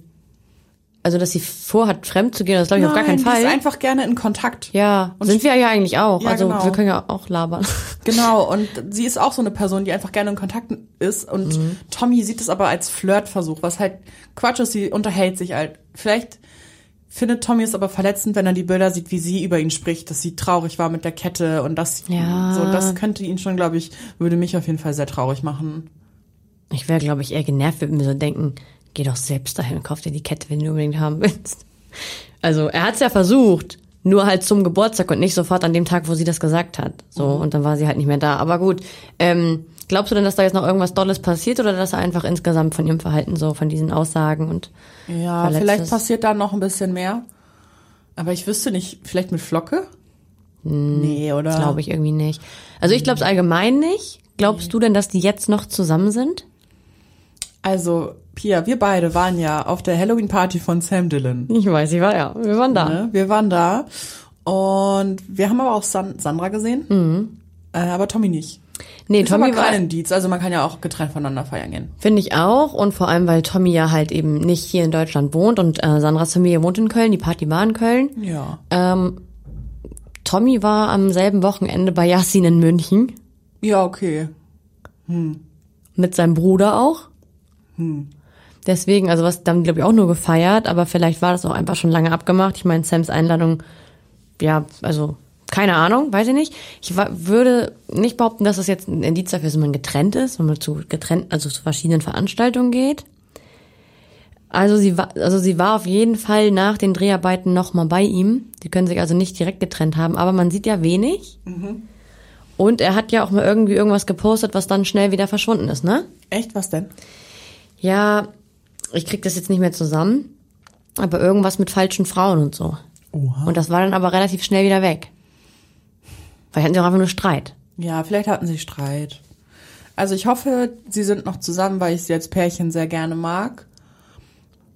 Speaker 2: also dass sie vorhat, fremd zu gehen, das glaube ich auf gar keinen Fall.
Speaker 3: Die ist einfach gerne in Kontakt.
Speaker 2: ja,
Speaker 3: Und
Speaker 2: sind wir ja eigentlich auch.
Speaker 3: Ja,
Speaker 2: also
Speaker 3: genau.
Speaker 2: wir können ja auch labern.
Speaker 3: Genau, und sie ist auch so eine Person, die einfach gerne in Kontakt ist. Und Tommy sieht es aber als Flirtversuch, was halt Quatsch ist, sie unterhält sich halt. Vielleicht findet Tommy es aber verletzend, wenn er die Bilder sieht, wie sie über ihn spricht, dass sie traurig war mit der Kette und das
Speaker 2: Ja.
Speaker 3: so, das könnte ihn schon, glaube ich, würde mich auf jeden Fall sehr traurig machen.
Speaker 2: Ich wäre, glaube ich, eher genervt, wenn wir so denken, geh doch selbst dahin und kauf dir die Kette, wenn du unbedingt haben willst. Also er hat es ja versucht, nur halt zum Geburtstag und nicht sofort an dem Tag, wo sie das gesagt hat. So, und dann war sie halt nicht mehr da. Aber gut, ähm, glaubst du denn, dass da jetzt noch irgendwas Dolles passiert oder dass er einfach insgesamt von ihrem Verhalten so, von diesen Aussagen und
Speaker 3: Ja,
Speaker 2: Verletzt
Speaker 3: vielleicht
Speaker 2: ist.
Speaker 3: passiert da noch ein bisschen mehr. Aber ich wüsste nicht, vielleicht mit Flocke? Nee, oder?
Speaker 2: glaube ich irgendwie nicht. Also ich glaube es allgemein nicht. Glaubst du denn, dass die jetzt noch zusammen sind?
Speaker 3: Also, Pia, wir beide waren ja auf der Halloween-Party von Sam Dillon.
Speaker 2: Ich weiß, ich war ja. Wir waren da.
Speaker 3: Ne? Wir waren da und wir haben aber auch San Sandra gesehen, äh, aber Tommy nicht.
Speaker 2: Nee,
Speaker 3: Ist
Speaker 2: Mhm. Tommy
Speaker 3: aber
Speaker 2: war
Speaker 3: kein Indiz, also man kann ja auch getrennt voneinander feiern gehen.
Speaker 2: Finde ich auch und vor allem, weil Tommy ja halt eben nicht hier in Deutschland wohnt und äh, Sandras Familie wohnt in Köln, die Party war in Köln.
Speaker 3: Ja.
Speaker 2: Äh, Tommy war am selben Wochenende bei Yassin in München
Speaker 3: Ja, okay.
Speaker 2: mit seinem Bruder auch. Deswegen, also was, dann glaube ich auch nur gefeiert, aber vielleicht war das auch einfach schon lange abgemacht. Ich meine, Sams Einladung, ja, also keine Ahnung, weiß ich nicht. Ich wa- würde nicht behaupten, dass das jetzt ein Indiz dafür ist, wenn man getrennt ist, wenn man zu getrennt, also zu verschiedenen Veranstaltungen geht. Also sie war, also sie war auf jeden Fall nach den Dreharbeiten nochmal bei ihm. Sie können sich also nicht direkt getrennt haben, aber man sieht ja wenig. Und er hat ja auch mal irgendwie irgendwas gepostet, was dann schnell wieder verschwunden ist, ne?
Speaker 3: Echt, was denn?
Speaker 2: Ja, ich krieg das jetzt nicht mehr zusammen, aber irgendwas mit falschen Frauen und so.
Speaker 3: Oha.
Speaker 2: Und das war dann aber relativ schnell wieder weg. Vielleicht hatten sie auch einfach nur Streit.
Speaker 3: Ja, vielleicht hatten sie Streit. Also ich hoffe, sie sind noch zusammen, weil ich sie als Pärchen sehr gerne mag.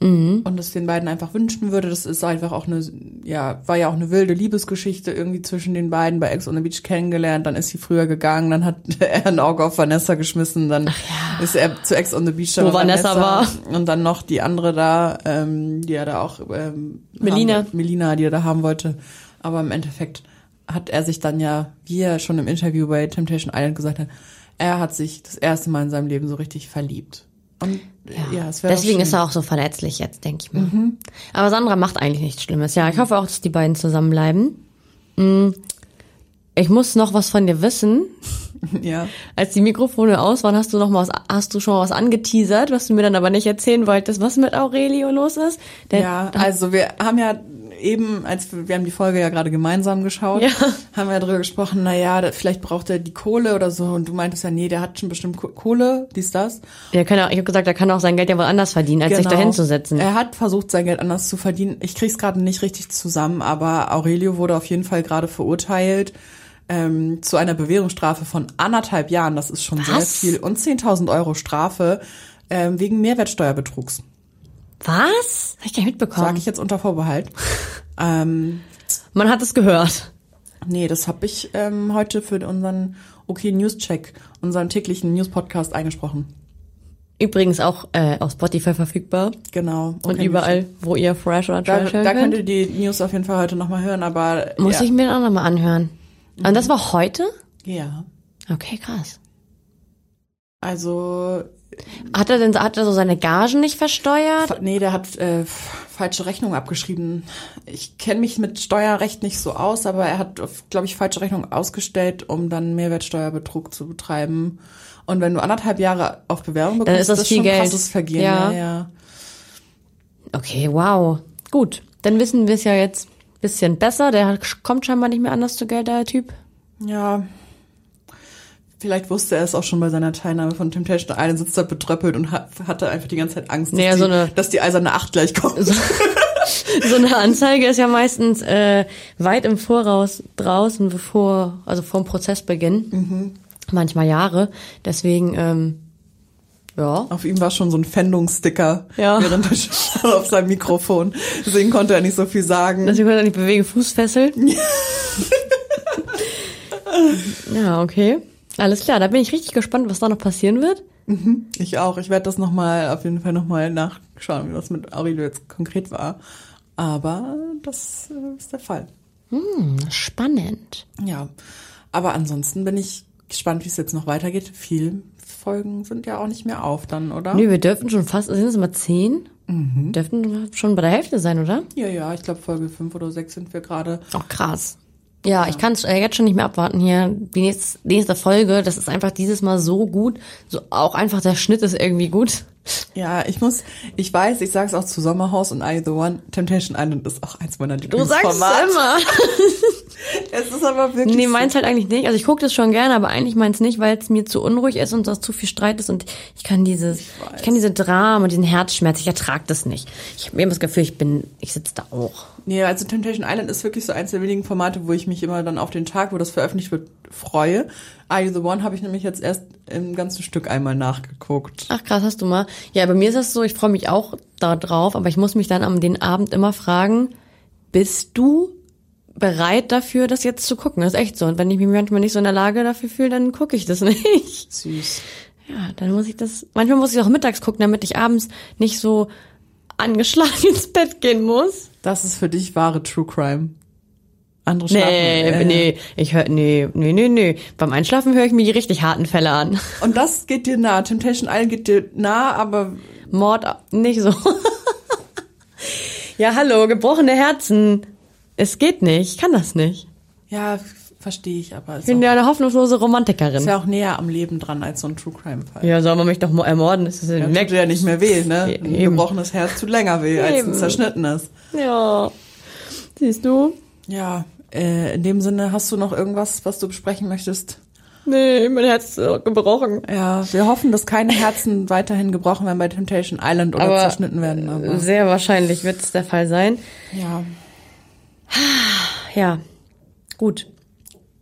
Speaker 2: Mhm.
Speaker 3: Und es den beiden einfach wünschen würde. Das ist einfach auch eine, ja, war ja auch eine wilde Liebesgeschichte irgendwie zwischen den beiden bei Ex on the Beach kennengelernt. Dann ist sie früher gegangen, dann hat er ein Auge auf Vanessa geschmissen, dann ist er zu Ex on the Beach. dann
Speaker 2: Wo
Speaker 3: war
Speaker 2: Vanessa
Speaker 3: war. Und dann noch die andere da, ähm, die er da auch, ähm,
Speaker 2: Melina.
Speaker 3: haben- Melina, die er da haben wollte. Aber im Endeffekt hat er sich dann ja, wie er schon im Interview bei Temptation Island gesagt hat, er hat sich das erste Mal in seinem Leben so richtig verliebt. Und ja, es wäre
Speaker 2: Deswegen
Speaker 3: doch
Speaker 2: ist
Speaker 3: schön. Mhm.
Speaker 2: er auch so verletzlich jetzt, denke ich mal. Aber Sandra macht eigentlich nichts Schlimmes. Ja, ich hoffe auch, dass die beiden zusammenbleiben. Mm. Ich muss noch was von dir wissen.
Speaker 3: ja.
Speaker 2: Als die Mikrofone aus waren, hast du noch mal was, hast du schon mal was angeteasert, was du mir dann aber nicht erzählen wolltest, was mit Aurelio los ist. Der,
Speaker 3: Ja, also wir haben ja eben, als wir, wir haben die Folge ja gerade gemeinsam geschaut,
Speaker 2: Ja.
Speaker 3: haben wir ja drüber gesprochen, na ja, da- vielleicht braucht er die Kohle oder so. Und du meintest ja, nee, der hat schon bestimmt Ko- Kohle, dies, das.
Speaker 2: der kann auch, ich habe gesagt, er kann auch sein Geld ja wohl anders verdienen, als sich da hinzusetzen.
Speaker 3: Genau. Er hat versucht, sein Geld anders zu verdienen. Ich krieg's gerade nicht richtig zusammen, aber Aurelio wurde auf jeden Fall gerade verurteilt ähm, zu einer Bewährungsstrafe von anderthalb Jahren. Das ist schon sehr
Speaker 2: Was?
Speaker 3: viel. Und 10.000 Euro Strafe ähm, wegen Mehrwertsteuerbetrugs.
Speaker 2: Was? Hab ich gar nicht
Speaker 3: Sag
Speaker 2: mitbekommen.
Speaker 3: ich jetzt unter Vorbehalt. ähm,
Speaker 2: Man hat es gehört.
Speaker 3: Nee, das habe ich ähm, heute für unseren OK News Check, unseren täglichen News Podcast eingesprochen.
Speaker 2: Übrigens auch äh, auf Spotify verfügbar
Speaker 3: Genau.
Speaker 2: und überall, wo ihr Fresh oder
Speaker 3: Da,
Speaker 2: Trash
Speaker 3: da
Speaker 2: hören
Speaker 3: könnt ihr
Speaker 2: könnt.
Speaker 3: die News auf jeden Fall heute nochmal hören, aber
Speaker 2: Muss
Speaker 3: ja.
Speaker 2: ich mir dann auch nochmal anhören. Und das war heute?
Speaker 3: Ja.
Speaker 2: Okay, krass.
Speaker 3: Also
Speaker 2: Hat er denn hat er so seine Gagen nicht versteuert?
Speaker 3: fa- nee, der hat äh, f- falsche Rechnung abgeschrieben. Ich kenne mich mit Steuerrecht nicht so aus, aber er hat, glaube ich, falsche Rechnung ausgestellt, um dann Mehrwertsteuerbetrug zu betreiben. Und wenn du anderthalb Jahre auf Bewährung bekommst,
Speaker 2: ist das
Speaker 3: ist
Speaker 2: viel
Speaker 3: schon
Speaker 2: Geld.
Speaker 3: krasses Vergehen.
Speaker 2: Ja.
Speaker 3: ja. ja.
Speaker 2: Okay, wow. Gut, dann wissen wir es ja jetzt ein bisschen besser. Der hat- kommt scheinbar nicht mehr anders zu Geld, der Typ.
Speaker 3: Ja. Vielleicht wusste er es auch schon bei seiner Teilnahme von Temptation Island, sitzt da betröppelt und hat, hatte einfach die ganze Zeit Angst, dass,
Speaker 2: Naja, so
Speaker 3: die,
Speaker 2: eine-
Speaker 3: dass die eiserne Acht gleich kommt.
Speaker 2: So eine Anzeige ist ja meistens äh, weit im Voraus draußen, bevor, also vor dem Prozessbeginn. Manchmal Jahre. Deswegen, ähm, ja.
Speaker 3: Auf ihm war schon so ein Fendungssticker,
Speaker 2: Ja.
Speaker 3: während er schon auf seinem Mikrofon. Deswegen konnte er nicht so viel sagen.
Speaker 2: Deswegen konnte er nicht bewegen, Fußfessel. ja, okay. Alles klar, da bin ich richtig gespannt, was da noch passieren wird.
Speaker 3: Ich auch. Ich werde das nochmal, auf jeden Fall nochmal nachschauen, wie das mit Aurelio jetzt konkret war. Aber das äh, ist der Fall.
Speaker 2: Spannend.
Speaker 3: Ja. Aber ansonsten bin ich gespannt, wie es jetzt noch weitergeht. Viele Folgen sind ja auch nicht mehr auf dann, oder?
Speaker 2: Nö, wir dürfen schon fast, sind es immer zehn? Dürften schon bei der Hälfte sein, oder?
Speaker 3: Ja, ja, ich glaube Folge fünf oder sechs sind wir gerade.
Speaker 2: Auch krass. Ja, ich kann es äh, jetzt schon nicht mehr abwarten hier. Die nächste, die nächste Folge, das ist einfach dieses Mal so gut. So auch einfach der Schnitt ist irgendwie gut.
Speaker 3: Ja, ich muss, ich weiß, ich sag's auch zu Sommerhaus und I The One, Temptation Island ist auch eins meiner Lieblingsformate.
Speaker 2: immer.
Speaker 3: Es ist aber wirklich
Speaker 2: Nee,
Speaker 3: so.
Speaker 2: meins halt eigentlich nicht. Also ich gucke das schon gerne, aber eigentlich meins nicht, weil es mir zu unruhig ist und das zu viel Streit ist und ich kann dieses, ich,
Speaker 3: weiß.
Speaker 2: kann diese Drama, diesen Herzschmerz, ich ertrag das nicht. Ich habe immer das Gefühl, ich bin, ich sitze da auch.
Speaker 3: Nee, also Temptation Island ist wirklich so eins der wenigen Formate, wo ich mich immer dann auf den Tag, wo das veröffentlicht wird, freue. I The One habe ich nämlich jetzt erst im ganzen Stück einmal nachgeguckt.
Speaker 2: Ach krass, hast du mal. Ja, bei mir ist das so, ich freue mich auch da drauf, aber ich muss mich dann am den Abend immer fragen, bist du bereit dafür, das jetzt zu gucken? Das ist echt so. Und wenn ich mich manchmal nicht so in der Lage dafür fühle, dann gucke ich das nicht.
Speaker 3: Süß.
Speaker 2: Ja, dann muss ich das. Manchmal muss ich auch mittags gucken, damit ich abends nicht so angeschlagen ins Bett gehen muss.
Speaker 3: Das ist für dich wahre True Crime. Andere schlafen.
Speaker 2: Nee,
Speaker 3: äh,
Speaker 2: nee, ich höre nee, nee, nee, nee. Beim Einschlafen höre ich mir die richtig harten Fälle an.
Speaker 3: Äh, Und das geht dir nah. Temptation Island geht dir nah, aber
Speaker 2: Mord nicht so. ja, hallo, gebrochene Herzen. Es geht nicht, ich kann das nicht.
Speaker 3: ja, verstehe ich, aber ist
Speaker 2: Ich bin
Speaker 3: auch,
Speaker 2: ja eine hoffnungslose
Speaker 3: ist
Speaker 2: Romantikerin.
Speaker 3: ja auch näher am Leben dran als so ein True Crime Fall.
Speaker 2: Ja, soll man mich doch mo- ermorden? Das ist ja,
Speaker 3: Merkt
Speaker 2: merkt-
Speaker 3: dir ja nicht mehr weh, ne? Ein
Speaker 2: Eben.
Speaker 3: gebrochenes Herz tut länger weh als ein
Speaker 2: Eben.
Speaker 3: zerschnittenes.
Speaker 2: ja. Siehst du?
Speaker 3: Ja, äh, in dem Sinne, hast du noch irgendwas, was du besprechen möchtest?
Speaker 2: Nee, mein Herz ist äh, gebrochen.
Speaker 3: Ja, wir hoffen, dass keine Herzen weiterhin gebrochen werden bei Temptation Island oder
Speaker 2: Aber,
Speaker 3: zerschnitten werden. Aber,
Speaker 2: Sehr wahrscheinlich wird es der Fall sein.
Speaker 3: ja,
Speaker 2: Ja, gut.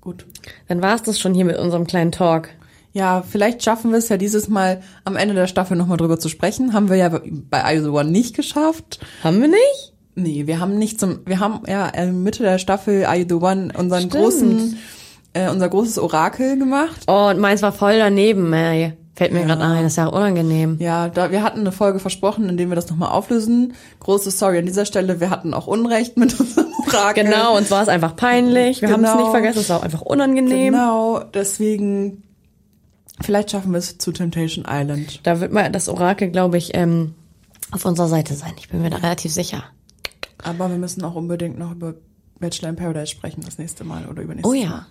Speaker 3: gut.
Speaker 2: Dann war es das schon hier mit unserem kleinen Talk.
Speaker 3: Ja, vielleicht schaffen wir es ja dieses Mal am Ende der Staffel nochmal drüber zu sprechen. Haben wir ja bei ISO One nicht geschafft.
Speaker 2: Haben wir nicht?
Speaker 3: Nee, wir haben nicht zum, wir haben ja äh, Mitte der Staffel Are You the One unseren
Speaker 2: Stimmt.
Speaker 3: großen, äh, unser großes Orakel gemacht.
Speaker 2: Oh, und meins war voll daneben. Ey. Fällt mir gerade ein, das ist ja auch unangenehm.
Speaker 3: Ja, da, wir hatten eine Folge versprochen, in der wir das nochmal auflösen. Große Sorry an dieser Stelle, wir hatten auch Unrecht mit unserem Orakel.
Speaker 2: Genau, uns war es einfach peinlich. Wir haben es
Speaker 3: Genau.
Speaker 2: nicht vergessen, es war auch einfach unangenehm.
Speaker 3: Genau, deswegen, vielleicht schaffen wir es zu Temptation Island.
Speaker 2: Da wird mal das Orakel, glaube ich, ähm, auf unserer Seite sein. Ich bin mir da relativ sicher.
Speaker 3: Aber wir müssen auch unbedingt noch über Bachelor in Paradise sprechen das nächste Mal oder übernächstes
Speaker 2: Oh ja.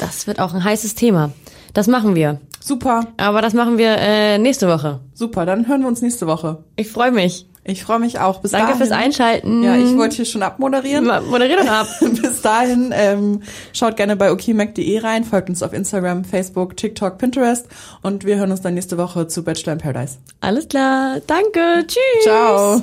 Speaker 2: Das wird auch ein heißes Thema. Das machen wir.
Speaker 3: Super,
Speaker 2: Aber das machen wir äh, nächste Woche.
Speaker 3: super, dann hören wir uns nächste Woche.
Speaker 2: Ich freue mich.
Speaker 3: Ich freue mich auch. Bis
Speaker 2: Danke
Speaker 3: dahin.
Speaker 2: fürs Einschalten.
Speaker 3: Ja, ich wollte hier schon abmoderieren.
Speaker 2: Ma- Moderier doch ab.
Speaker 3: Bis dahin, ähm, schaut gerne bei okmac.de rein, folgt uns auf Instagram, Facebook, TikTok, Pinterest und wir hören uns dann nächste Woche zu Bachelor in Paradise.
Speaker 2: Alles klar. Danke. Tschüss.
Speaker 3: Ciao!